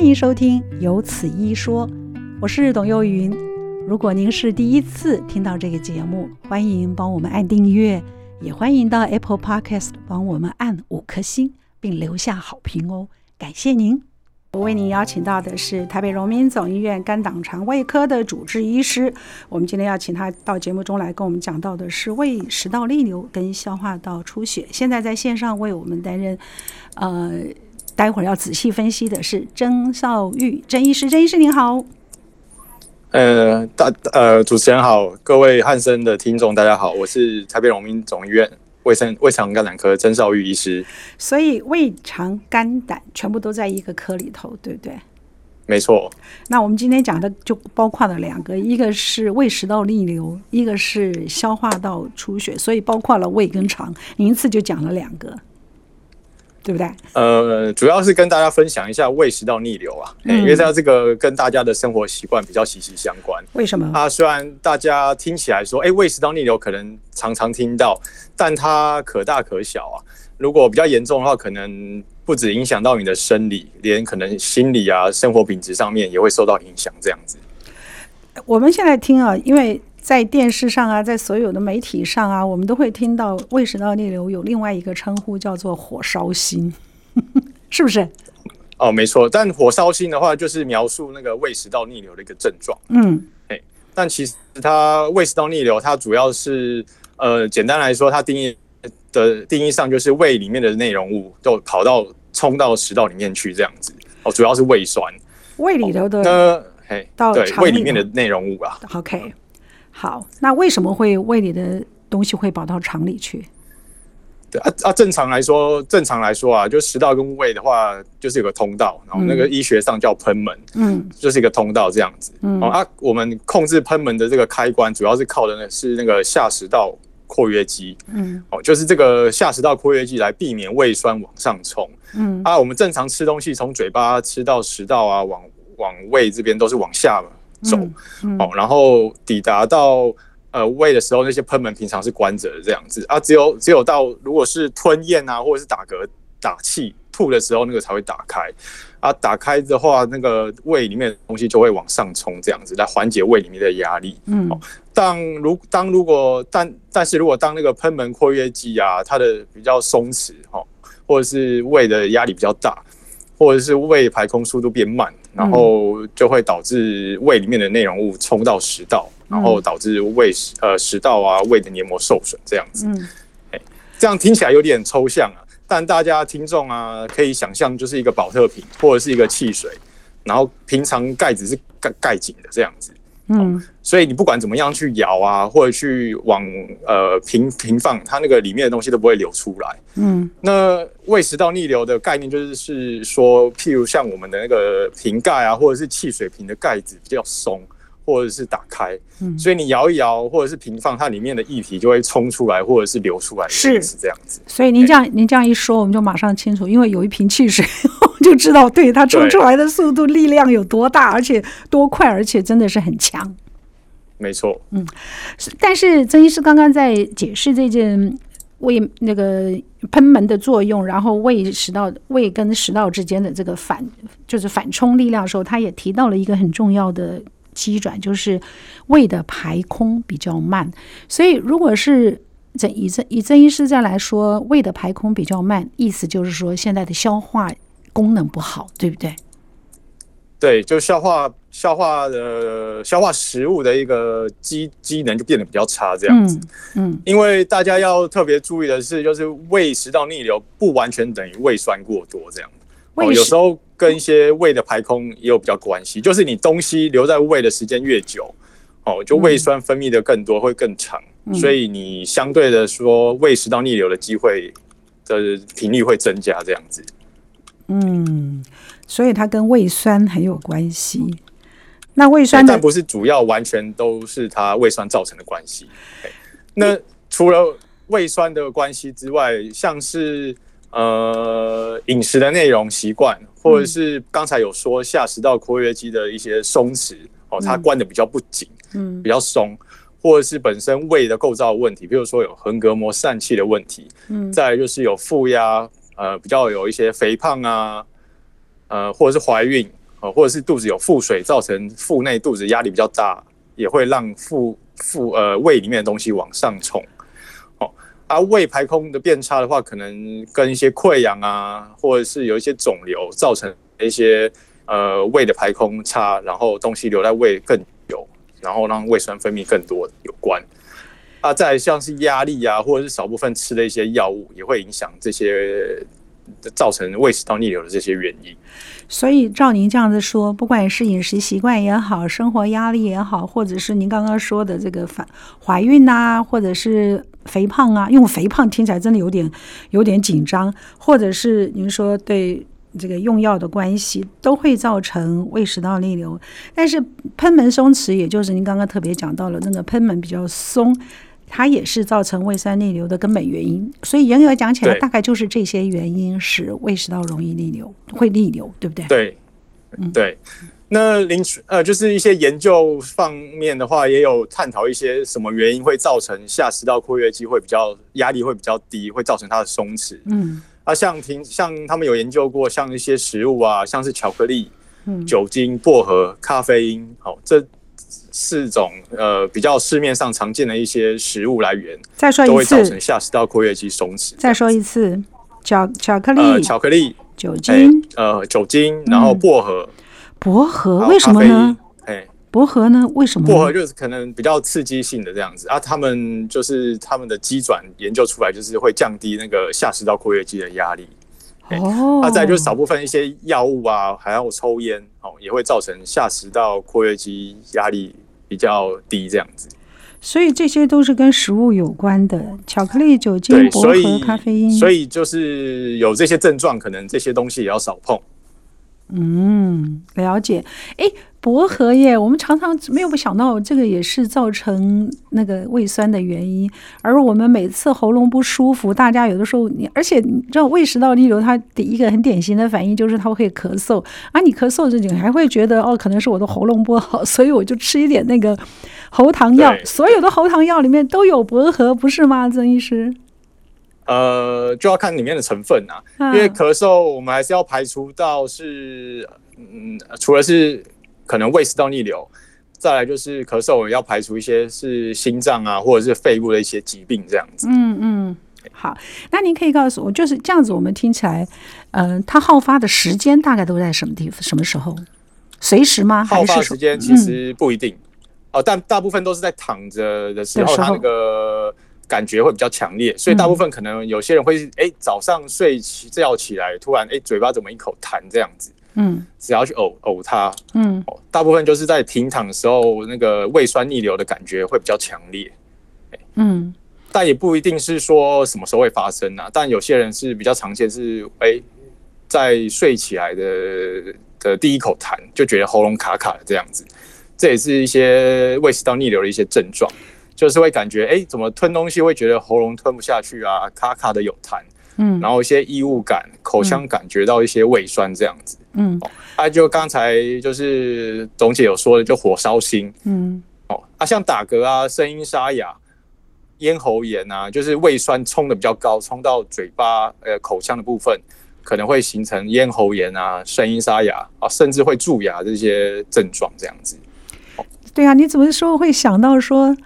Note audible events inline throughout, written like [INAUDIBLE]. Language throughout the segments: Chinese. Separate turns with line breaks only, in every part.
迎收听《有此一说》，我是董幼云。如果您是第一次听到这个节目，欢迎帮我们按订阅，也欢迎到 Apple Podcast 帮我们按五颗星，并留下好评哦，感谢您。我为您邀请到的是台北荣民总医院肝胆肠胃科的主治医师，我们今天要请他到节目中来跟我们讲到的是胃食道逆流跟消化道出血。现在在线上为我们担任，呃，待会儿要仔细分析的是曾少玉曾医师，曾医师您好。
呃，大呃，主持人好，各位汉森的听众大家好，我是台北荣民总医院胃生胃肠肝胆科曾少玉医师。
所以胃肠肝胆全部都在一个科里头，对不对？
没错，
那我们今天讲的就包括了两个，一个是胃食道逆流，一个是消化道出血，所以包括了胃跟肠，你一次就讲了两个，对不对？
呃，主要是跟大家分享一下胃食道逆流啊，哎因为它这个跟大家的生活习惯比较息息相关。啊
为什么？
它虽然大家听起来说，哎、胃食道逆流可能常常听到，但它可大可小啊。如果比较严重的话，可能不止影响到你的生理，连可能心理啊、生活品质上面也会受到影响。这样子，
我们现在听啊，因为在电视上啊，在所有的媒体上啊，我们都会听到胃食道逆流有另外一个称呼叫做“火烧心”， [LAUGHS] 是不是？
哦，没错。但火烧心的话，就是描述那个胃食道逆流的一个症状。
嗯
但其实它胃食道逆流，它主要是呃，简单来说，它定义的定义上就是胃里面的内容物都跑到冲到食道里面去这样子。哦，主要是胃酸。
胃里头的
那嘿，
到
对
肠
胃
里
里面
头
的内容物啊，
OK，好，那为什么会胃里的东西会跑到肠里去？
对啊啊，正常来说，正常来说啊，就食道跟胃的话，就是有个通道，然后那个医学上叫喷门，
嗯
就是一个通道这样子。
嗯
哦啊，我们控制喷门的这个开关，主要是靠的呢是那个下食道括约肌。
嗯
哦，就是这个下食道括约肌来避免胃酸往上冲
嗯
啊。我们正常吃东西，从嘴巴吃到食道啊，往往胃这边都是往下走、
嗯嗯
哦，然后抵达到呃胃的时候，那些喷门平常是关着的这样子啊，只有只有到如果是吞咽啊，或者是打嗝、打气、吐的时候，那个才会打开啊。打开的话，那个胃里面的东西就会往上冲，这样子来缓解胃里面的压力。
嗯
当如当如果但但是如果当那个喷门括约肌啊，它的比较松弛哈、哦，或者是胃的压力比较大，或者是胃排空速度变慢，然后就会导致胃里面的内容物冲到食道，然后导致胃食呃食道啊胃的黏膜受损这样子。
嗯
这样听起来有点抽象啊，但大家听众啊可以想象就是一个保特瓶或者是一个汽水，然后平常盖子是盖盖紧的这样子。
嗯
所以你不管怎么样去摇啊，或者去往呃平平放，它那个里面的东西都不会流出来。
嗯
那胃食道逆流的概念就是是说，譬如像我们的那个瓶盖啊，或者是汽水瓶的盖子比较松，或者是打开，
嗯
所以你摇一摇或者是平放，它里面的液体就会冲出来或者是流出来，
是
是这样子。
所以您这样您这样一说，我们就马上清楚，因为有一瓶汽水， [LAUGHS] 我就知道对它冲
对
出来的速度、力量有多大，而且多快，而且真的是很强。
没错，
但是曾医师刚刚在解释这件胃那个喷门的作用，然后胃食道胃跟食道之间的这个反就是反冲力量的时候，他也提到了一个很重要的机转，就是胃的排空比较慢。所以如果是曾以曾以曾医师再来说，胃的排空比较慢，意思就是说现在的消化功能不好，对不对？
对，就消化消化的消化食物的一个机机能就变得比较差，这样子。
嗯嗯
因为大家要特别注意的是，就是胃食道逆流不完全等于胃酸过多这样。
胃
哦，
食
有时候跟一些胃的排空也有比较关系，就是你东西留在胃的时间越久，哦，就胃酸分泌的更多，会更长，
嗯
所以你相对的说胃食道逆流的机会的频率会增加这样子。
嗯，所以它跟胃酸很有关系。那胃酸的
但不是主要完全都是它胃酸造成的关系。对那除了胃酸的关系之外，像是呃饮食的内容习惯，或者是刚才有说下食道括约肌的一些松弛哦，它关的比较不紧，
嗯
比较松。或者是本身胃的构造问题，比如说有横膈膜疝气的问题，
嗯
再来就是有腹压，呃，比较有一些肥胖啊，呃，或者是怀孕哦，或者是肚子有腹水，造成腹内肚子压力比较大，也会让腹腹呃胃里面的东西往上冲。哦，啊，胃排空的变差的话，可能跟一些溃疡啊，或者是有一些肿瘤造成一些呃胃的排空差，然后东西留在胃更久，然后让胃酸分泌更多有关。啊，再来像是压力啊，或者是少部分吃的一些药物，也会影响这些造成胃食道逆流的这些原因。
所以照您这样子说，不管是饮食习惯也好，生活压力也好，或者是您刚刚说的这个反怀孕呐、或者是肥胖啊，用肥胖听起来真的有点有点紧张，或者是您说对这个用药的关系，都会造成胃食道逆流。但是贲门松弛，也就是您刚刚特别讲到了那个贲门比较松。它也是造成胃酸逆流的根本原因，所以严格讲起来，
对
大概就是这些原因使胃食道容易逆流，会逆流，对不对？
对，
嗯
对。那临床呃，就是一些研究方面的话，也有探讨一些什么原因会造成下食道括约肌会比较压力会比较低，会造成它的松弛。
嗯
啊，像平像他们有研究过，像一些食物啊，像是巧克力、
嗯
酒精、薄荷、咖啡因，好、这四种呃比较市面上常见的一些食物来源，
再说
都
一
会造成
次，
下食道括约肌松弛。
再说一次，巧巧克力、
呃，巧克力、
酒精、嗯
哎，呃，酒精，然后薄荷，
薄荷，
还有
为什么呢？嗯
咖啡因？哎，
薄荷呢？为什么呢？
薄荷就是可能比较刺激性的这样子啊，他们就是他们的机转研究出来，就是会降低那个下食道括约肌的压力。哎
哦，
啊，再来就是少部分一些药物啊，还有抽烟哦，也会造成下食道括约肌压力比较低这样子。
所以这些都是跟食物有关的，巧克力、酒精
对，、
薄
所
荷、
以
咖啡因。
所以就是有这些症状，可能这些东西也要少碰。
嗯，了解。诶，薄荷耶，我们常常没有想到这个也是造成那个胃酸的原因。而我们每次喉咙不舒服，大家有的时候你，而且你知道胃食道逆流，它的一个很典型的反应就是它会咳嗽啊。你咳嗽着，你还会觉得哦，可能是我的喉咙不好， [LAUGHS] 所以我就吃一点那个喉糖药。
对
所有的喉糖药里面都有薄荷，不是吗，曾医师？
呃，就要看里面的成分啊，
啊
因为咳嗽我们还是要排除到是，嗯，除了是可能胃食道逆流，再来就是咳嗽，我们要排除一些是心脏啊或者是肺部的一些疾病这样子。
嗯嗯，好，那您可以告诉我，就是这样子，我们听起来，嗯、它好发的时间大概都在什么地方、什么时候？随时吗？
好
还
发
是嗯
时
说？
间其实不一定，哦、但大部分都是在躺着的时
的
候，
时候
它那个感觉会比较强烈，所以大部分可能有些人会哎、诶早上睡起觉起来，突然哎、诶嘴巴怎么一口痰这样子，
嗯
只要去呕呕它，
嗯，
哦，大部分就是在平躺的时候，那个胃酸逆流的感觉会比较强烈，
嗯
但也不一定是说什么时候会发生啊。但有些人是比较常见是，哎、在睡起来的的第一口痰就觉得喉咙卡卡的这样子，这也是一些胃食道逆流的一些症状，就是会感觉哎、怎么吞东西会觉得喉咙吞不下去啊，卡卡的有痰，
嗯
然后一些异物感，口腔感觉到一些胃酸这样子。
嗯
啊，就刚才就是董姐有说的，就火烧心。
嗯
哦，啊，像打嗝啊、声音沙哑、咽喉炎啊，就是胃酸冲的比较高，冲到嘴巴、呃口腔的部分，可能会形成咽喉炎啊、声音沙哑啊，甚至会蛀牙这些症状这样子。
对啊，你怎么说会想到说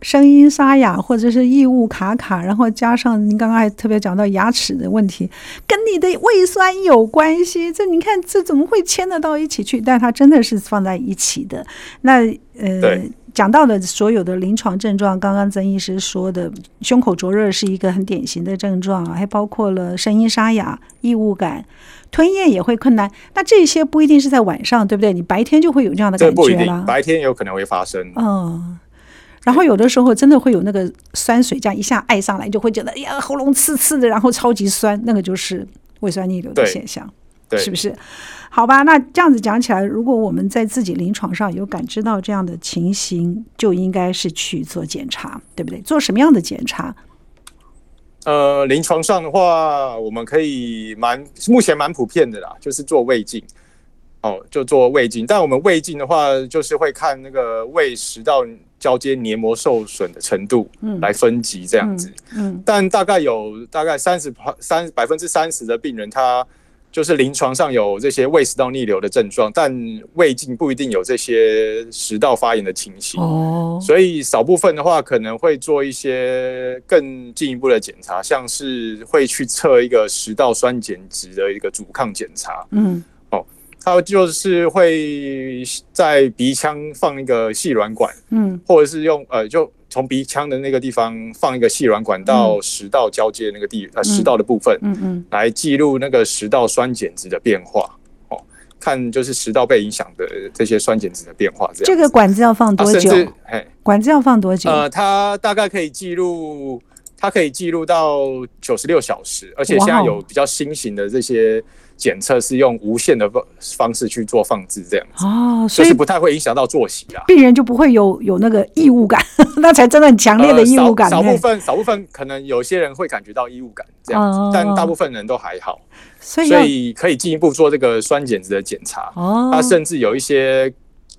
声音沙哑，或者是异物卡卡，然后加上您刚刚还特别讲到牙齿的问题，跟你的胃酸有关系。这你看这怎么会牵得到一起去？但它真的是放在一起的。那呃
对。
讲到的所有的临床症状，刚刚曾医师说的，胸口灼热是一个很典型的症状，啊还包括了声音沙哑、异物感、吞咽也会困难。那这些不一定是在晚上，对不对？你白天就会有这样的
这
感
不一
觉
定，
了。
白天有可能会发生。
嗯，然后有的时候真的会有那个酸水，这样一下爱上来，就会觉得哎呀喉咙刺刺的，然后超级酸，那个就是胃酸逆流的
对
现象，
对
是不是？好吧，那这样子讲起来，如果我们在自己临床上有感知到这样的情形，就应该是去做检查，对不对？做什么样的检查？
呃，临床上的话，我们可以蛮目前蛮普遍的啦，就是做胃镜，哦，就做胃镜。但我们胃镜的话，就是会看那个胃食道交接黏膜受损的程度
嗯
来分级这样子。
嗯
但大概有大概三十三百分之三十的病人，他就是临床上有这些胃食道逆流的症状，但胃镜不一定有这些食道发炎的情形。
哦，
所以少部分的话，可能会做一些更进一步的检查，像是会去测一个食道酸碱值的一个阻抗检查，
嗯
它就是会在鼻腔放一个细软管，
嗯
或者是用呃，就从鼻腔的那个地方放一个细软管到食道交接那个地、呃食道的部分，
嗯嗯，
来记录那个食道酸碱值的变化，哦，看就是食道被影响的这些酸碱值的变化，这样
这个管子要放
啊，
多
甚
久？
至哎。
管子要放多久？
呃，它大概可以记录，它可以记录到九十六小时，而且
哇
现在
哦
有比较新型的这些检测是用无线的方方式去做放置，这样
哦，
就
所
是
以
不太会影响到作息啊。
病人就不会有有那个异物感， [LAUGHS] 那才真的很强烈的
呃
异
少
物感。
少
嘿
部分少部分可能有些人会感觉到异物感这样子，
哦
但大部分人都还好，
所以
所
要
以啊可以进一步做这个酸碱值的检查。
哦，
它甚至有一些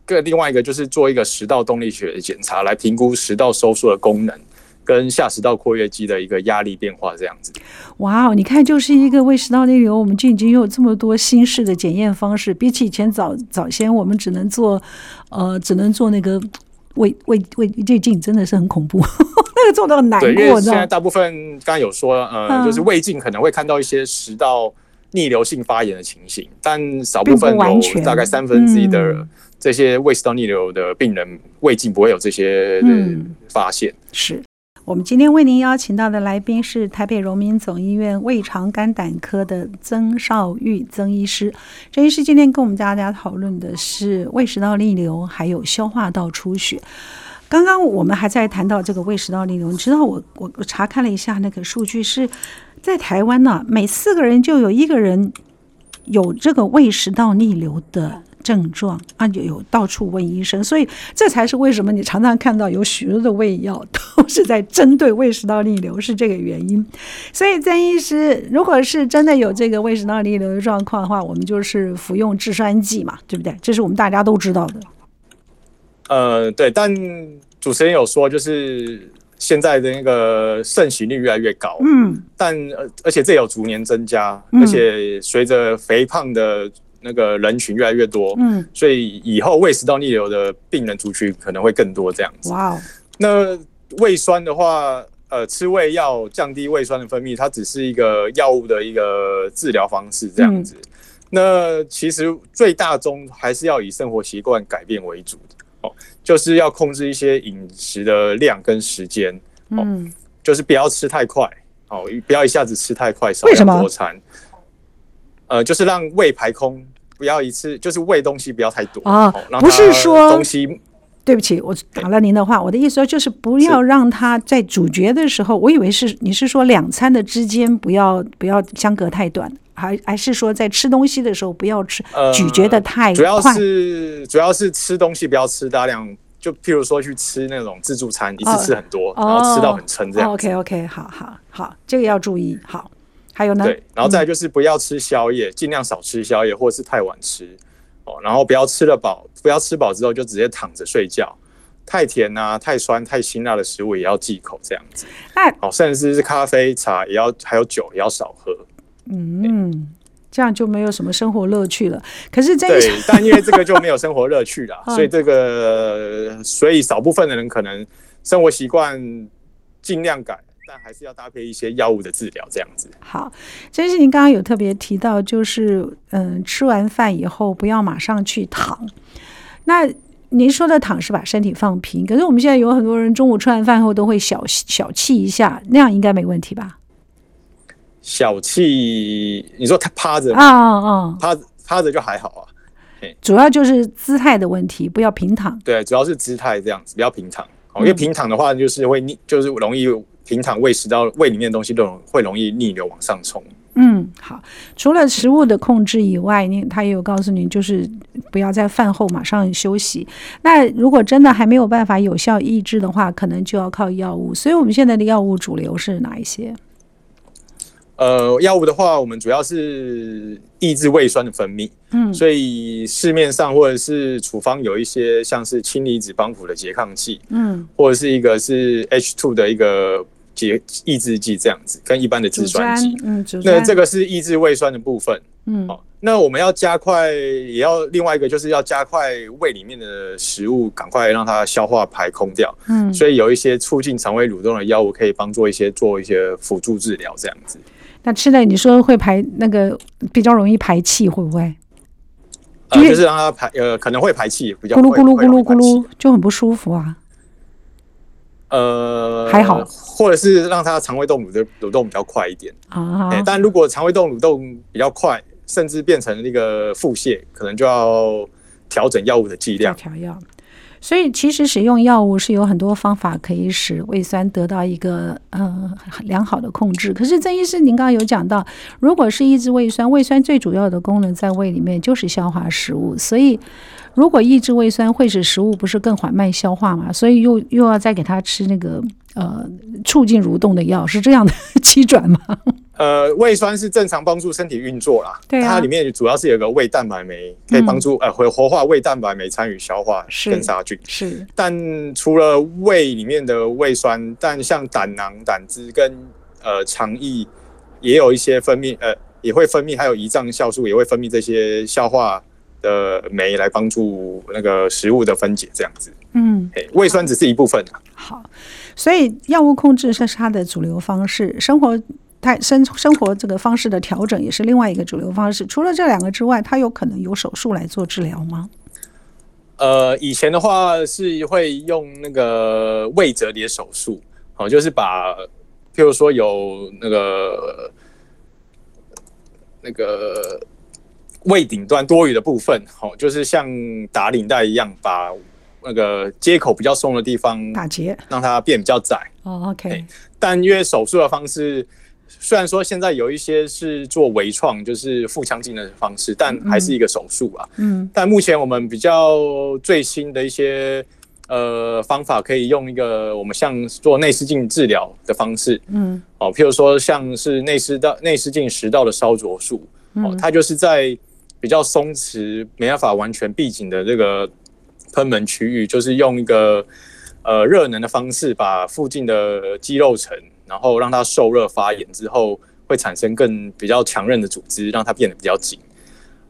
更另外一个就是做一个食道动力学的检查，来评估食道收缩的功能跟下食道括约肌的一个压力变化这样子。
哇哦，你看，就是一个胃食道逆流，我们就已经有这么多新式的检验方式。比起以前早早先，我们只能做，呃，只能做那个胃胃胃胃镜，真的是很恐怖， [LAUGHS] 那个做的很难
对，因
过，
为
你知
现
道
在
吗？
大部分刚刚有说，呃，
嗯
就是胃镜可能会看到一些食道逆流性发炎的情形，但少
并
部
不
分
完全
有大概三分之一的
嗯
这些胃食道逆流的病人，胃镜不会有这些
嗯
呃发现。
是我们今天为您邀请到的来宾是台北荣民总医院胃肠肝胆科的曾少玉曾医师。曾医师今天跟我们大家讨论的是胃食道逆流，还有消化道出血。刚刚我们还在谈到这个胃食道逆流，你知道我我我查看了一下那个数据是在台湾呢、每四个人就有一个人有这个胃食道逆流的症状啊，有有到处问医生，所以这才是为什么你常常看到有许多的胃药都是在针对胃食道逆流，是这个原因。所以曾医师，如果是真的有这个胃食道逆流的状况的话，我们就是服用制酸剂嘛，对不对？这是我们大家都知道的。
呃，对，但主持人有说，就是现在的那个盛行率越来越高，
嗯
但呃而且这有逐年增加，
嗯
而且随着肥胖的那个人群越来越多，
嗯，
所以以后胃食道逆流的病人族群可能会更多这样子。
哇哦，
那胃酸的话，呃，吃胃药降低胃酸的分泌，它只是一个药物的一个治疗方式这样
嗯
子。那其实最大宗还是要以生活习惯改变为主哦，就是要控制一些饮食的量跟时间，
嗯，
就是不要吃太快哦，不要一下子吃太快，少
为什么
量多餐。呃，就是让胃排空，不要一次就是喂东西不要太多
哦
让
不是
它
说
东西
对不起，我打了您的话。我的意思说，就是不要让他在主角的时候，我以为是你是说两餐的之间不要不要相隔太短，还还是说在吃东西的时候不要吃、
呃
咀嚼的太快。
主要是主要是吃东西不要吃大量，就譬如说去吃那种自助餐，一次吃很多，然后吃到很撑这样。
哦、OK OK，好好好，这个要注意。好，还有呢？
对，然后
嗯
再来就是不要吃宵夜，尽量少吃宵夜，或是太晚吃哦。然后不要吃了饱，不要吃饱之后就直接躺着睡觉。太甜啊、太酸、太辛辣的食物也要忌口，这样子。
那
哦，甚至是咖啡、茶也要，还有酒也要少喝。
嗯，这样就没有什么生活乐趣了。可是这一
对，但因为这个就没有生活乐趣啦，
[LAUGHS] 嗯
所以这个，所以少部分的人可能生活习惯尽量改，但还是要搭配一些药物的治疗这样子。
好，真是您刚刚有特别提到，就是嗯，吃完饭以后不要马上去躺。那您说的躺是把身体放平，可是我们现在有很多人中午吃完饭后都会小小憩一下，那样应该没问题吧？
小气，你说他趴着
啊，啊啊！
趴趴着就还好啊，
主要就是姿态的问题，不要平躺。
对，主要是姿态这样子，不要平躺。哦，
嗯
因为平躺的话，就是会逆，就是容易平躺胃食道胃里面的东西都容会容易逆流往上冲。
嗯，好。除了食物的控制以外，您他也有告诉您，就是不要在饭后马上休息。那如果真的还没有办法有效抑制的话，可能就要靠药物。所以我们现在的药物主流是哪一些？
呃，药物的话，我们主要是抑制胃酸的分泌，
嗯
所以市面上或者是处方有一些像是氢离子帮浦的拮抗剂，
嗯
或者是一个是 H2 的一个拮结抑制剂这样子，跟一般的制
主
酸
专
剂。，
嗯，主
那
专，
这个是抑制胃酸的部分。
嗯
哦，那我们要加快，也要另外一个就是要加快胃里面的食物，赶快让它消化排空掉。
嗯，
所以有一些促进肠胃蠕动的药物可以帮助一些做一些辅助治疗这样子。
那吃了你说会排那个比较容易排气，会不会
呃
因，为
就是让它排，呃，可能会排气，比较
咕噜咕噜咕噜咕。
会会容易排
噜
气
就很不舒服啊？
呃，
还好
或者是让它肠胃动蠕的蠕动比较快一点。
啊
哎，但如果肠胃动蠕动比较快，甚至变成那个腹泻，可能就要调整药物的剂
再
量。
调药。所以其实使用药物是有很多方法可以使胃酸得到一个呃良好的控制。可是曾医师，您刚刚有讲到，如果是抑制胃酸，胃酸最主要的功能在胃里面就是消化食物，所以如果抑制胃酸会使食物不是更缓慢消化嘛？所以又又要再给他吃那个呃促进蠕动的药，是这样的 [LAUGHS] 七转吗？
呃，胃酸是正常帮助身体运作啦，
对啊嗯
它里面主要是有个胃蛋白酶，可以帮助、呃活活化胃蛋白酶参与消化
是
跟杀菌。
是，
但除了胃里面的胃酸，但像胆囊、胆汁跟呃肠液也有一些分泌，呃也会分泌，还有胰脏酵素也会分泌这些消化的酶来帮助那个食物的分解，这样子。
嗯。
哎、胃酸只是一部分啊。
好，所以药物控制是它的主流方式，生活态生生活这个方式的调整也是另外一个主流方式。除了这两个之外，它有可能有手术来做治疗吗？
呃，以前的话是会用那个胃折叠手术，哦，就是把，譬如说有那个那个胃顶端多余的部分，哦，就是像打领带一样，把那个接口比较松的地方
打结
让它变比较窄。
哦，OK，
哎但因为手术的方式，虽然说现在有一些是做微创，就是腹腔镜的方式，但还是一个手术啊。
嗯
但目前我们比较最新的一些呃方法，可以用一个我们像做内视镜治疗的方式
嗯
哦，譬如说像是内视道内视镜食道的烧灼术哦，它就是在比较松弛、没办法完全闭紧的这个喷门区域，就是用一个呃热能的方式，把附近的肌肉层，然后让它受热发炎之后，会产生更比较强韧的组织，让它变得比较紧。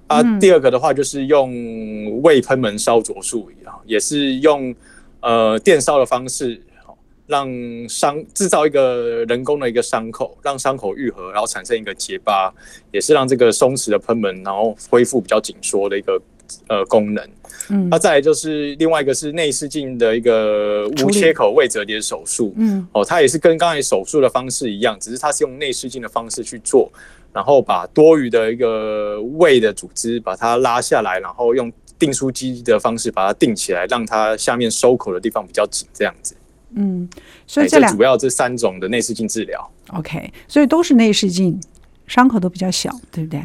啊，
嗯
第二个的话就是用胃喷门烧灼术一样，也是用呃电烧的方式，哦让伤制造一个人工的一个伤口，让伤口愈合，然后产生一个结疤，也是让这个松弛的喷门，然后恢复比较紧缩的一个呃功能。
嗯
那、再来就是另外一个是内视镜的一个
处
无
理
切口胃折叠手术，
嗯
哦，它也是跟刚才手术的方式一样，只是它是用内视镜的方式去做，然后把多余的一个胃的组织把它拉下来，然后用订书机的方式把它定起来，让它下面收口的地方比较紧，这样子。
嗯，所以
哎
这两
主要这三种的内视镜治疗，
OK，所以都是内视镜，伤口都比较小，对不对？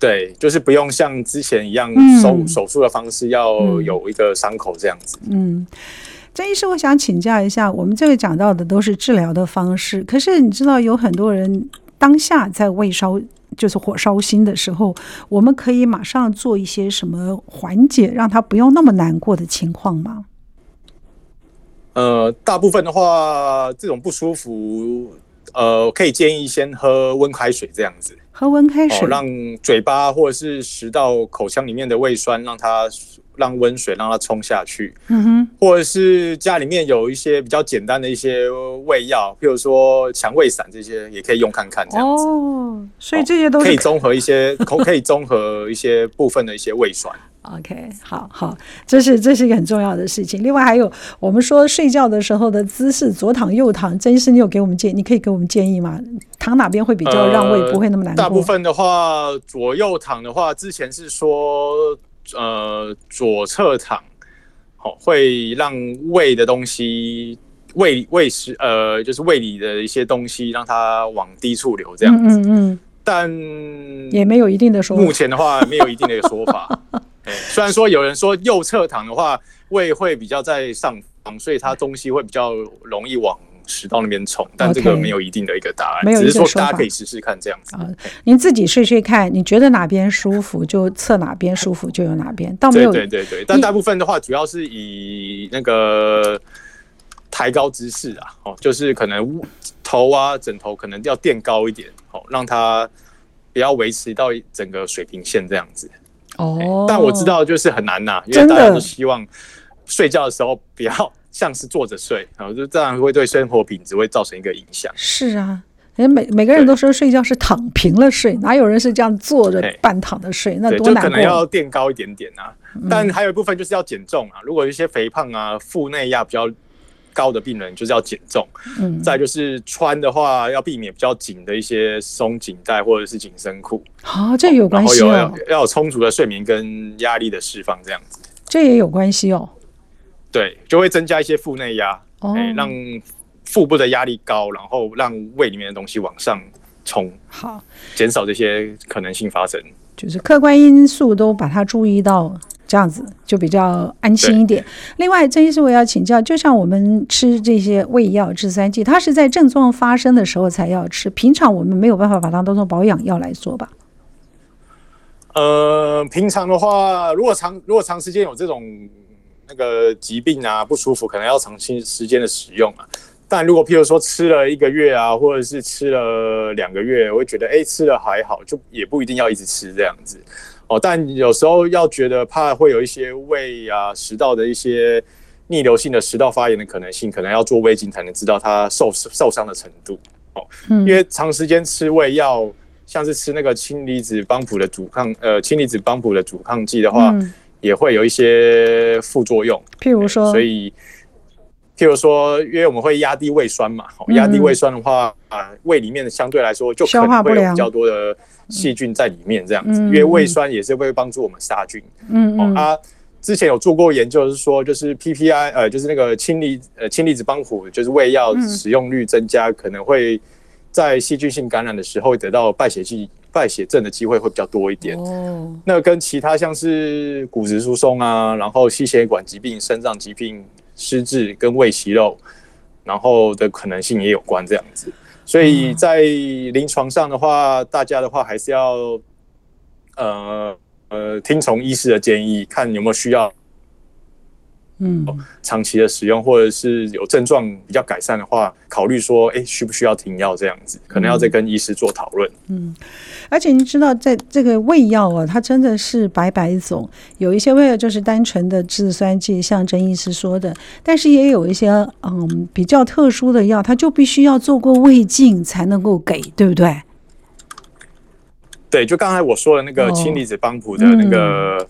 对，就是不用像之前一样
嗯
手、手术的方式要
嗯
有一个伤口这样子。
嗯，郑医师，我想请教一下，我们这个讲到的都是治疗的方式，可是你知道有很多人当下在胃烧。就是火烧心的时候，我们可以马上做一些什么缓解，让他不用那么难过的情况吗？
呃，大部分的话，这种不舒服，呃，可以建议先喝温开水这样子。
喝温开水，
哦，让嘴巴或者是食道、口腔里面的胃酸，让它让温水让它冲下去，
嗯哼，
或者是家里面有一些比较简单的一些胃药，譬如说强胃散这些也可以用看看，这样子、
哦，所以这些都
可
是
以综合一些，可可以综合一些部分的一些胃酸。
OK，好好，这是这是一个很重要的事情。另外还有，我们说睡觉的时候的姿势，左躺右躺，曾医师，你有给我们建，你可以给我们建议吗？躺哪边会比较让胃不会那么难过？
呃大部分的话，左右躺的话，之前是说，呃，左侧躺，好、会让胃的东西，胃胃食，呃，就是胃里的一些东西，让它往低处流这样。
嗯嗯嗯，
但
也没有一定的说
目前的话，没有一定的说
[LAUGHS]
法。哎虽然说有人说右侧躺的话，胃会比较在上方，所以它东西会比较容易往食道那边冲，但这个
OK
没有一定的一个答案，
没有
只
一
是
个
说
说
大
法
家可以试试看这样子。
啊，您自己睡睡看，你觉得哪边舒服就测哪边舒服就有哦哪边，倒没有
对对对对，但大部分的话，主要是以那个抬高姿势啊，哦，就是可能头啊、枕头可能要垫高一点，哦，让它不要维持到整个水平线这样子。
哦，
但我知道就是很难呐、因为
真的
大家都希望睡觉的时候不要 [LAUGHS] 像是坐着睡，然后就这样会对生活品质会造成一个影响。
是啊，人每每个人
对
都说睡觉是躺平了睡，哪有人是这样坐着
对
半躺着睡？那
对，
多
就
难
可能
过。嗯
要垫高一点点啊。但还有一部分就是要减重啊。如果有一些肥胖啊、腹内压比较高的病人，就是要减重。
嗯，
再就是穿的话，要避免比较紧的一些松紧带或者是紧身裤，
好、这有
然
关
后
系
有
哦
要，要有充足的睡眠跟压力的释放，这样子。
这也有关系哦。
对，就会增加一些腹内压，
哦
哎让腹部的压力高，然后让胃里面的东西往上冲，
好，
减少这些可能性发生。
就是客观因素都把它注意到，这样子就比较安心一点。另外，郑医师我要请教，就像我们吃这些胃药、制酸剂，它是在症状发生的时候才要吃，平常我们没有办法把它当做保养药来做吧？
呃，平常的话，如果长如果长时间有这种那个疾病啊不舒服，可能要长期时间的使用啊。但如果譬如说吃了一个月啊，或者是吃了两个月，我会觉得哎、诶吃了还好，就也不一定要一直吃这样子哦。但有时候要觉得怕会有一些胃啊食道的一些逆流性的食道发炎的可能性，可能要做胃镜才能知道它受受伤的程度。哦
嗯
因为长时间吃胃药，像是吃那个氢离子帮浦的阻抗，呃，氢离子帮浦的阻抗剂的话，
嗯，
也会有一些副作用。
譬如说
所，以，譬如说，因为我们会压低胃酸嘛，哦
嗯
压低胃酸的话，啊，胃里面的相对来说就可
消化
能
不
会
良
有比较多的细菌在里面，这样子，
嗯
因为胃酸也是会帮助我们杀菌。
嗯
哦
嗯，
啊，之前有做过研究，是说就是 PPI，呃，就是那个氢离呃氢离子帮浦，就是胃药
嗯
使用率增加，可能会在细菌性感染的时候得到败血症败血症的机会会比较多一点。
哦，
那跟其他像是骨质疏松啊，然后心血管疾病、肾脏疾病、失智跟胃息肉，然后的可能性也有关这样子。所以在临床上的话，大家的话还是要呃呃听从医师的建议，看有没有需要
嗯，
长期的使用，或者是有症状比较改善的话，考虑说，哎、需不需要停药这样子，可能要再跟医师做讨论。
而且你知道，在这个胃药啊，它真的是百百种，有一些胃药就是单纯的制酸剂，像郑医师说的，但是也有一些嗯比较特殊的药，它就必须要做过胃镜才能够给，对不对？
对，就刚才我说的那
哦嗯
个氢离子帮浦的那个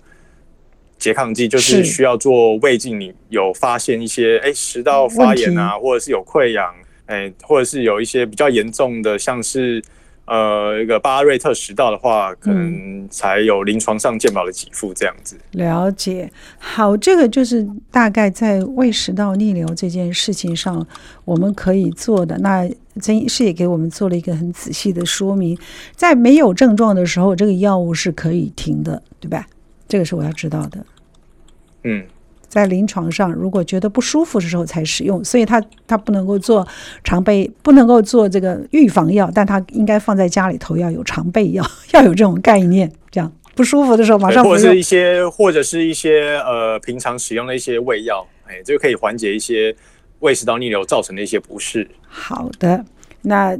拮抗剂，就是
是
需要做胃镜，你有发现一些哎食
嗯
道发炎啊，或者是有溃疡，哎，或者是有一些比较严重的，像是呃一个巴瑞特食道的话，
嗯
可能才有临床上健保的给付这样子。
了解，好，这个就是大概在胃食道逆流这件事情上，我们可以做的。那曾医师也给我们做了一个很仔细的说明，在没有症状的时候，这个药物是可以停的，对吧？这个是我要知道的。
嗯，
在临床上，如果觉得不舒服的时候才使用，所以它它不能够做常备，不能够做这个预防药，但它应该放在家里头要有常备药，要有这种概念，这样不舒服的时候马
对
上服
或者是
用
一。些或者是一些呃平常使用的一些胃药，哎，这个可以缓解一些胃食道逆流造成的一些不适。
好的，那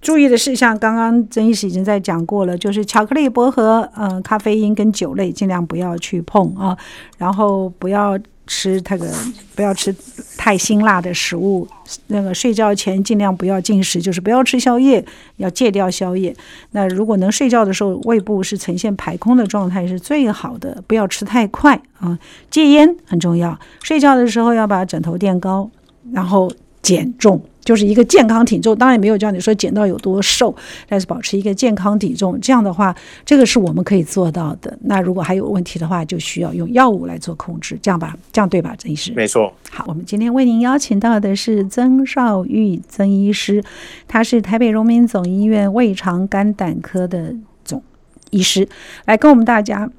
注意的事项，刚刚曾医师已经在讲过了，就是巧克力、薄荷、呃，咖啡因跟酒类尽量不要去碰啊，然后不要吃这个，不要吃太辛辣的食物。那个睡觉前尽量不要进食，就是不要吃宵夜，要戒掉宵夜。那如果能睡觉的时候，胃部是呈现排空的状态是最好的，不要吃太快啊。戒烟很重要，睡觉的时候要把枕头垫高，然后减重，就是一个健康体重。当然没有叫你说减到有多瘦，但是保持一个健康体重，这样的话，这个是我们可以做到的。那如果还有问题的话，就需要用药物来做控制，这样吧，这样对吧，郑医师？
没错，
好，我们今天为您邀请到的是曾少玉曾医师，他是台北荣民总医院胃肠肝胆科的总医师，来跟我们大家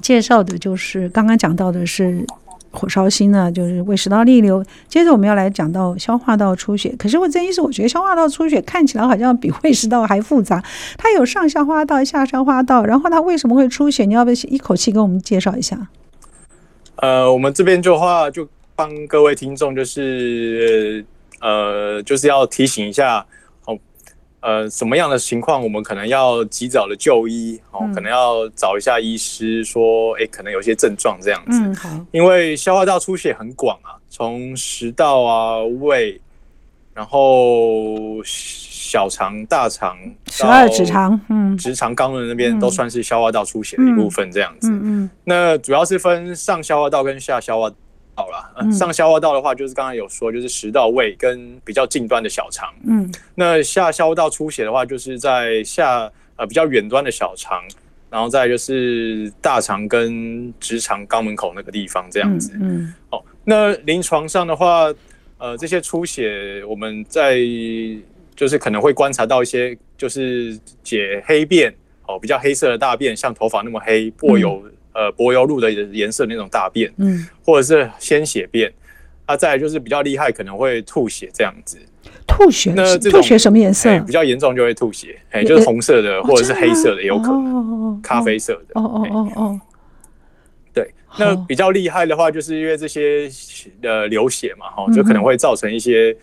介绍的就是刚刚讲到的是。火烧心呢，就是胃食道逆流。接着我们要来讲到消化道出血。可是我曾医师，我觉得消化道出血看起来好像比胃食道还复杂。它有上消化道、下消化道，然后它为什么会出血？你要不要一口气给我们介绍一下？
呃，我们这边的话就帮各位听众就是呃，就是要提醒一下哦，呃，什么样的情况我们可能要及早的就医哦，
嗯
可能要找一下医师说，哎、可能有些症状这样子。
嗯，好，
因为消化道出血很广啊，从食道啊、胃，然后小肠、大肠、
十二指、肠，嗯
直肠、肛门那边
嗯
都算是消化道出血的一部分这样子。
嗯嗯
那主要是分上消化道跟下消化道啦。呃
嗯
上消化道的话，就是刚才有说，就是食道、胃跟比较近端的小肠。
嗯
那下消化道出血的话，就是在下呃比较远端的小肠，然后再来就是大肠跟直肠肛门口那个地方这
这
样子。
嗯
哦，那临床上的话，呃，这些出血我们在就是可能会观察到一些，就是解黑便哦，比较黑色的大便，像头发那么黑，柏油、呃柏油路的颜色那种大便，
嗯，
或者是鲜血便。啊，再来就是比较厉害，可能会吐血这样子。
吐血
那
是
这
吐
种
血什么颜色？
哎比较严重就会吐血，哎、
也
就是红色的或者是黑色的也有可能，
能
咖啡色的。
哦哦
哎
哦哦，
对，
好
那比较厉害的话，就是因为这些呃流血嘛，哈、
嗯哼
就可能会造成一些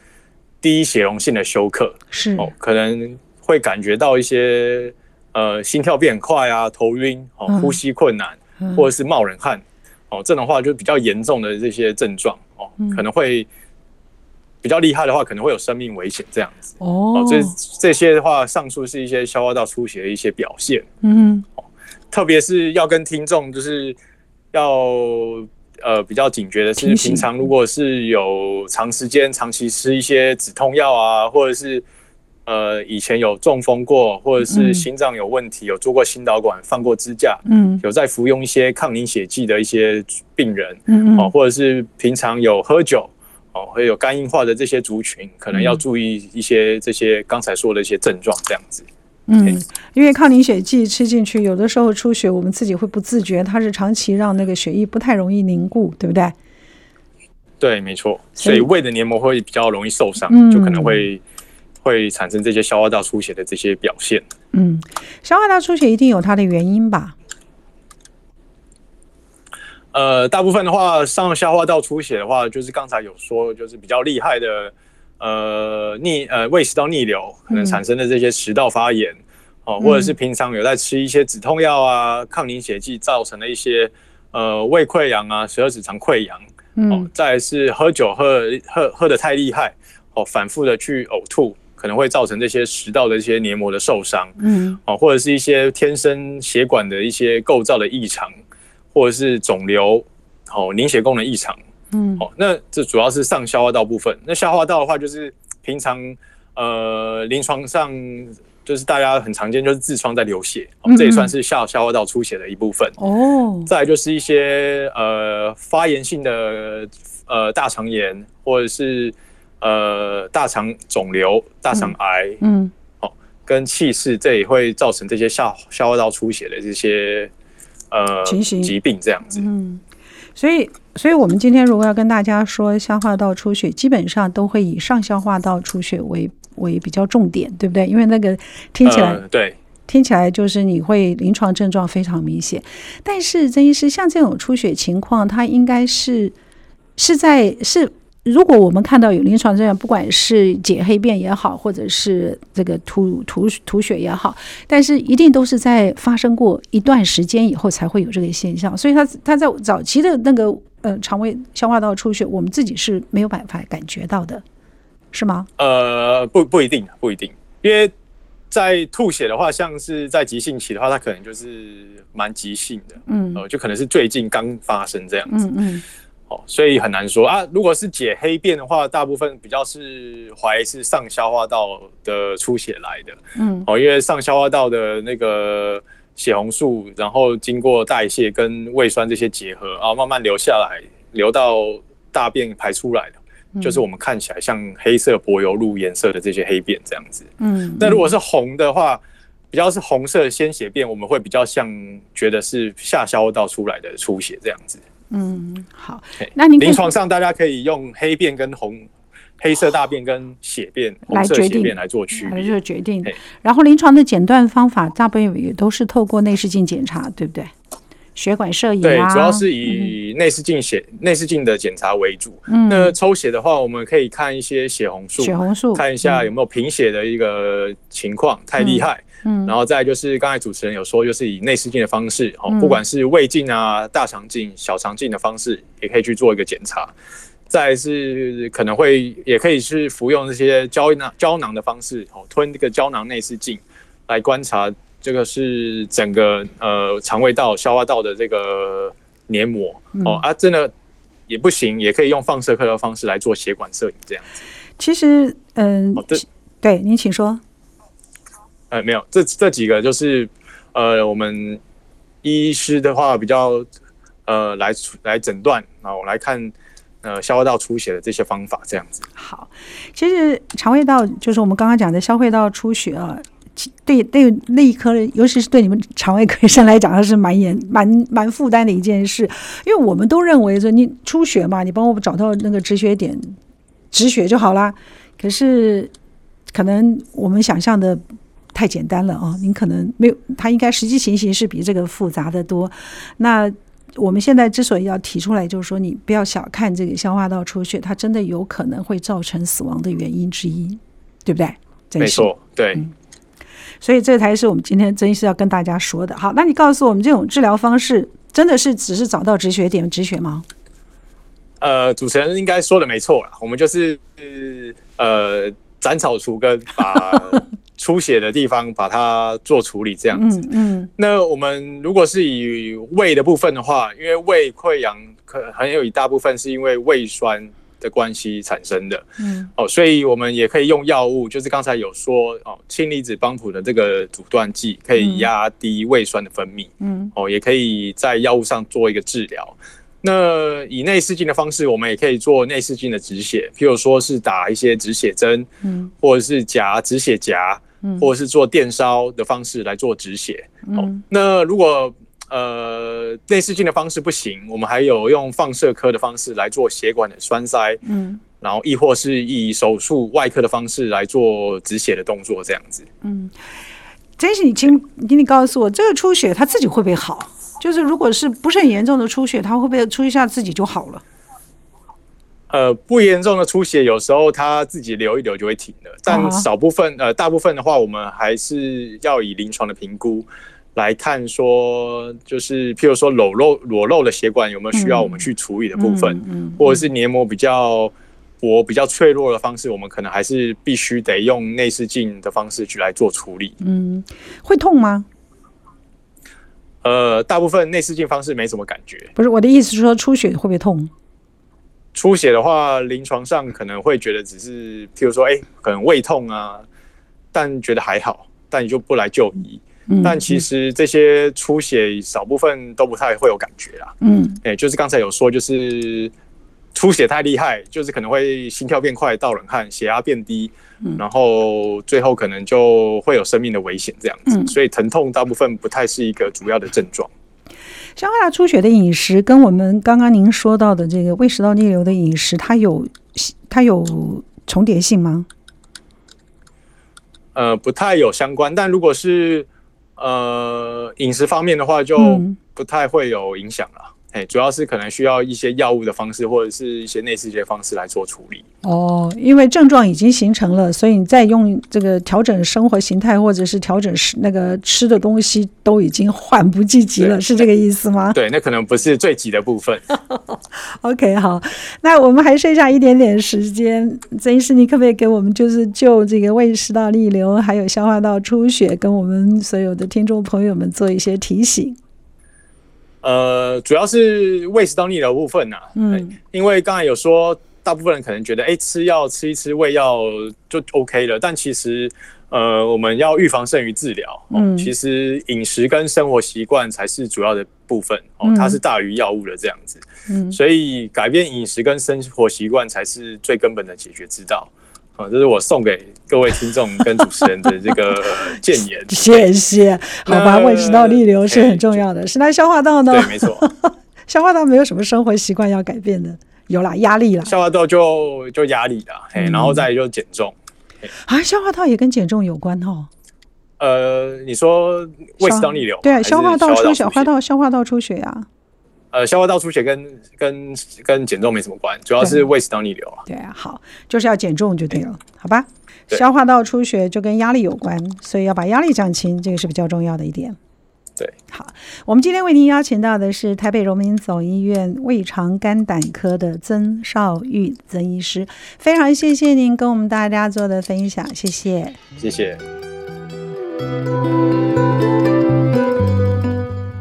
低血容性的休克，
是
哦，可能会感觉到一些呃心跳变快啊、头晕、哦
嗯
呼吸困难，
嗯
或者是冒冷汗，哦，这种的话就比较严重的这些症状，哦
嗯，
可能会比较厉害的话，可能会有生命危险这样子。
哦
哦，这这些的话，上述是一些消化道出血的一些表现。
嗯
特别是要跟听众就是要呃比较警觉的是，
提醒
平常如果是有长时间长期吃一些止痛药啊，或者是呃以前有中风过，或者
嗯
是心脏有问题，有做过心导管、放过支架，
嗯
有在服用一些抗凝血剂的一些病人
嗯
哦，
嗯
或者是平常有喝酒。哦，会有肝硬化的这些族群，可能要
嗯
注意一些这些刚才说的一些症状，这样子。
嗯，因为抗凝血剂吃进去，有的时候出血，我们自己会不自觉，它是长期让那个血液不太容易凝固，对不对？
对，没错，
所
所
以
以胃的黏膜会比较容易受伤，
嗯
就可能会会产生这些消化道出血的这些表现。
嗯，消化道出血一定有它的原因吧？
呃，大部分的话，上消化道出血的话，就是刚才有说，就是比较厉害的，呃，逆呃胃食道逆流可
嗯
能产生的这些食道发炎，哦，或者是平常有在吃一些止痛药啊、抗凝血剂造成的一些呃胃溃疡啊、十二指肠溃疡，哦
嗯，，
再来是喝酒喝喝喝的太厉害，哦，反复的去呕吐，可能会造成这些食道的一些黏膜的受伤，
嗯
哦，或者是一些天生血管的一些构造的异常，或者是肿瘤，哦，凝血功能异常，
嗯
哦，那这主要是上消化道部分。那消化道的话，就是平常呃临床上就是大家很常见就是痔疮在流血，哦
嗯、
这也
嗯
算是下消化道出血的一部分。
哦，
再来就是一些呃发炎性的呃大肠炎，或者是呃大肠肿瘤、大肠癌、
嗯
跟气室，这也会造成这些消消化道出血的这些呃
情形
疾病这样子。
嗯，所以所以我们今天如果要跟大家说消化道出血，基本上都会以上消化道出血为为比较重点，对不对？因为那个听起来
呃、对，
听起来就是你会临床症状非常明显，但是曾医师像这种出血情况，它应该是是在是，如果我们看到有临床症状，不管是解黑便也好，或者是这个吐吐吐血也好，但是一定都是在发生过一段时间以后才会有这个现象，所以它它在早期的那个呃肠胃消化道出血，我们自己是没有办法感觉到的，是吗？
呃，不不一定，不一定，因为在吐血的话，像是在急性期的话，它可能就是蛮急性的，
嗯
呃，就可能是最近刚发生这样子。
嗯嗯
哦，所以很难说啊。如果是解黑便的话，大部分比较是怀疑是上消化道的出血来的
嗯
哦，因为上消化道的那个血红素，然后经过代谢跟胃酸这些结合啊，慢慢流下来，流到大便排出来的，就是我们看起来像黑色柏油路颜色的这些黑便这样子。
嗯，
那如果是红的话，比较是红色的鲜血便，我们会比较像觉得是下消化道出来的出血这样子。
嗯好
嘿，
那您可以
临床上大家可以用黑便跟红黑色大便跟血便、
来
红色
决
血
定
便来做区
反正就
别。
是决定的
嘿。
然后临床的诊断方法大部分也都是透过内视镜检查，对不对？血管摄影
对，
啊，
主要是以内视镜血、内视镜的检查为主。
嗯
那抽血的话，我们可以看一些血红素，
血红素
看一下有没有贫血的一个情况，太厉害。
嗯
然后再就是刚才主持人有说，就是以内视镜的方式哦
嗯，
不管是胃镜啊、大肠镜、小肠镜的方式，也可以去做一个检查。再来是可能会也可以去服用这些胶囊胶囊的方式哦，吞这个胶囊内视镜来观察这个是整个呃肠胃道、消化道的这个黏膜
嗯
哦啊，真的也不行，也可以用放射科的方式来做血管摄影这样。
其实嗯、
好的
对，您请说，
呃，没有，这这几个就是呃，我们医师的话比较呃来出来诊断，然后来看呃消化道出血的这些方法这样子。
好，其实肠胃道就是我们刚刚讲的消化道出血啊，其对对那一科，尤其是对你们肠胃科医生来讲，它是蛮严、蛮蛮负担的一件事，因为我们都认为说你出血嘛，你帮我找到那个止血点，止血就好啦。可是可能我们想象的。太简单了啊！您可能没有，它应该实际情形是比这个复杂的多。那我们现在之所以要提出来，就是说你不要小看这个消化道出血，它真的有可能会造成死亡的原因之一，对不对？真
没
是，
错，对。
所以这才是我们今天真是要跟大家说的。好，那你告诉我们，这种治疗方式真的是只是找到止血点止血吗？
呃，主持人应该说的没错啦，我们就是呃斩草除根，把出血的地方把它做处理这样子。
嗯嗯
那我们如果是以胃的部分的话，因为胃溃疡可很有一大部分是因为胃酸的关系产生的。
嗯
哦，所以我们也可以用药物，就是刚才有说哦，氢离子帮浦的这个阻断剂可以压低胃酸的分泌，
嗯
哦，也可以在药物上做一个治疗。那以内视镜的方式，我们也可以做内视镜的止血，譬如说是打一些止血针，
嗯
或者是夹止血夹，
嗯
或者是做电烧的方式来做止血。哦
嗯，
那如果呃内视镜的方式不行，我们还有用放射科的方式来做血管的栓塞，
嗯
然后亦或是以手术外科的方式来做止血的动作，这样子。
嗯，真是你请请你告诉我，这个出血它自己会不会好？就是如果是不是很严重的出血，它会不会出一下自己就好了？
呃，不严重的出血有时候它自己流一流就会停了，
啊
但少部分呃大部分的话，我们还是要以临床的评估来看说，就是譬如说裸露裸露的血管有没有需要我们去处理的部分，
嗯，
或者是黏膜比较。薄、比较脆弱的方式，我们可能还是必须得用内视镜的方式去来做处理。
嗯，会痛吗？
呃，大部分内视镜方式没什么感觉，
不是我的意思是说出血会不会痛？
出血的话，临床上可能会觉得只是，譬如说，哎、可能胃痛啊，但觉得还好，但你就不来就医。
嗯
但其实这些出血少部分都不太会有感觉啦。
嗯
哎、就是刚才有说，就是出血太厉害，就是可能会心跳变快、盗冷汗、血压变低，
嗯
然后最后可能就会有生命的危险这样子。
嗯
所以疼痛大部分不太是一个主要的症状。
消化道出血的饮食跟我们刚刚您说到的这个胃食道逆流的饮食，它有它有重叠性吗？
呃不太有相关，但如果是呃饮食方面的话，就
嗯
不太会有影响了。哎、主要是可能需要一些药物的方式，或者是一些内视镜的方式来做处理。
哦，因为症状已经形成了，所以你再用这个调整生活形态，或者是调整食那个吃的东西，都已经缓不济急了，
对
是这个意思吗？
对，那可能不是最急的部分。
[LAUGHS] OK，好，那我们还剩下一点点时间，曾医师，你可不可以给我们就是就这个胃食道逆流还有消化道出血，跟我们所有的听众朋友们做一些提醒？ [LAUGHS]
呃，主要是胃食道逆流的部分呐、
嗯
哎因为刚才有说，大部分人可能觉得，哎、吃药吃一吃胃药就 OK 了，但其实，呃，我们要预防胜于治疗。哦、
嗯
其实饮食跟生活习惯才是主要的部分哦
嗯，
它是大于药物的这样子。
嗯
所以改变饮食跟生活习惯才是最根本的解决之道。啊，这是我送给各位听众跟主持人的这个呃谏
[LAUGHS]
言。
谢谢，好吧，
那
胃食道逆流是
哎
很重要的，是那消化道呢？
对，没错，
消化道没有什么生活习惯要改变的，有啦，压力啦，
消化道就啊
嗯
就压力啦，嘿，然后再来就减重，
啊，消化道也跟减重有关哦。
呃，你说胃食道逆流，
对，啊
还是
消化道出
出
血，化道消化道出血啊，
呃，消化道出血跟跟跟减重没什么关，主要是胃食道逆流啊。
对啊，好，就是要减重就对了，好吧？
对
消化道出血就跟压力有关，所以要把压力降轻，这个是比较重要的一点。
对，
好，我们今天为您邀请到的是台北荣民总医院胃肠肝胆科的曾少玉曾医师，非常谢谢您跟我们大家做的分享，谢谢。
谢谢。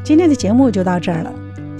今天的节目就到这儿了，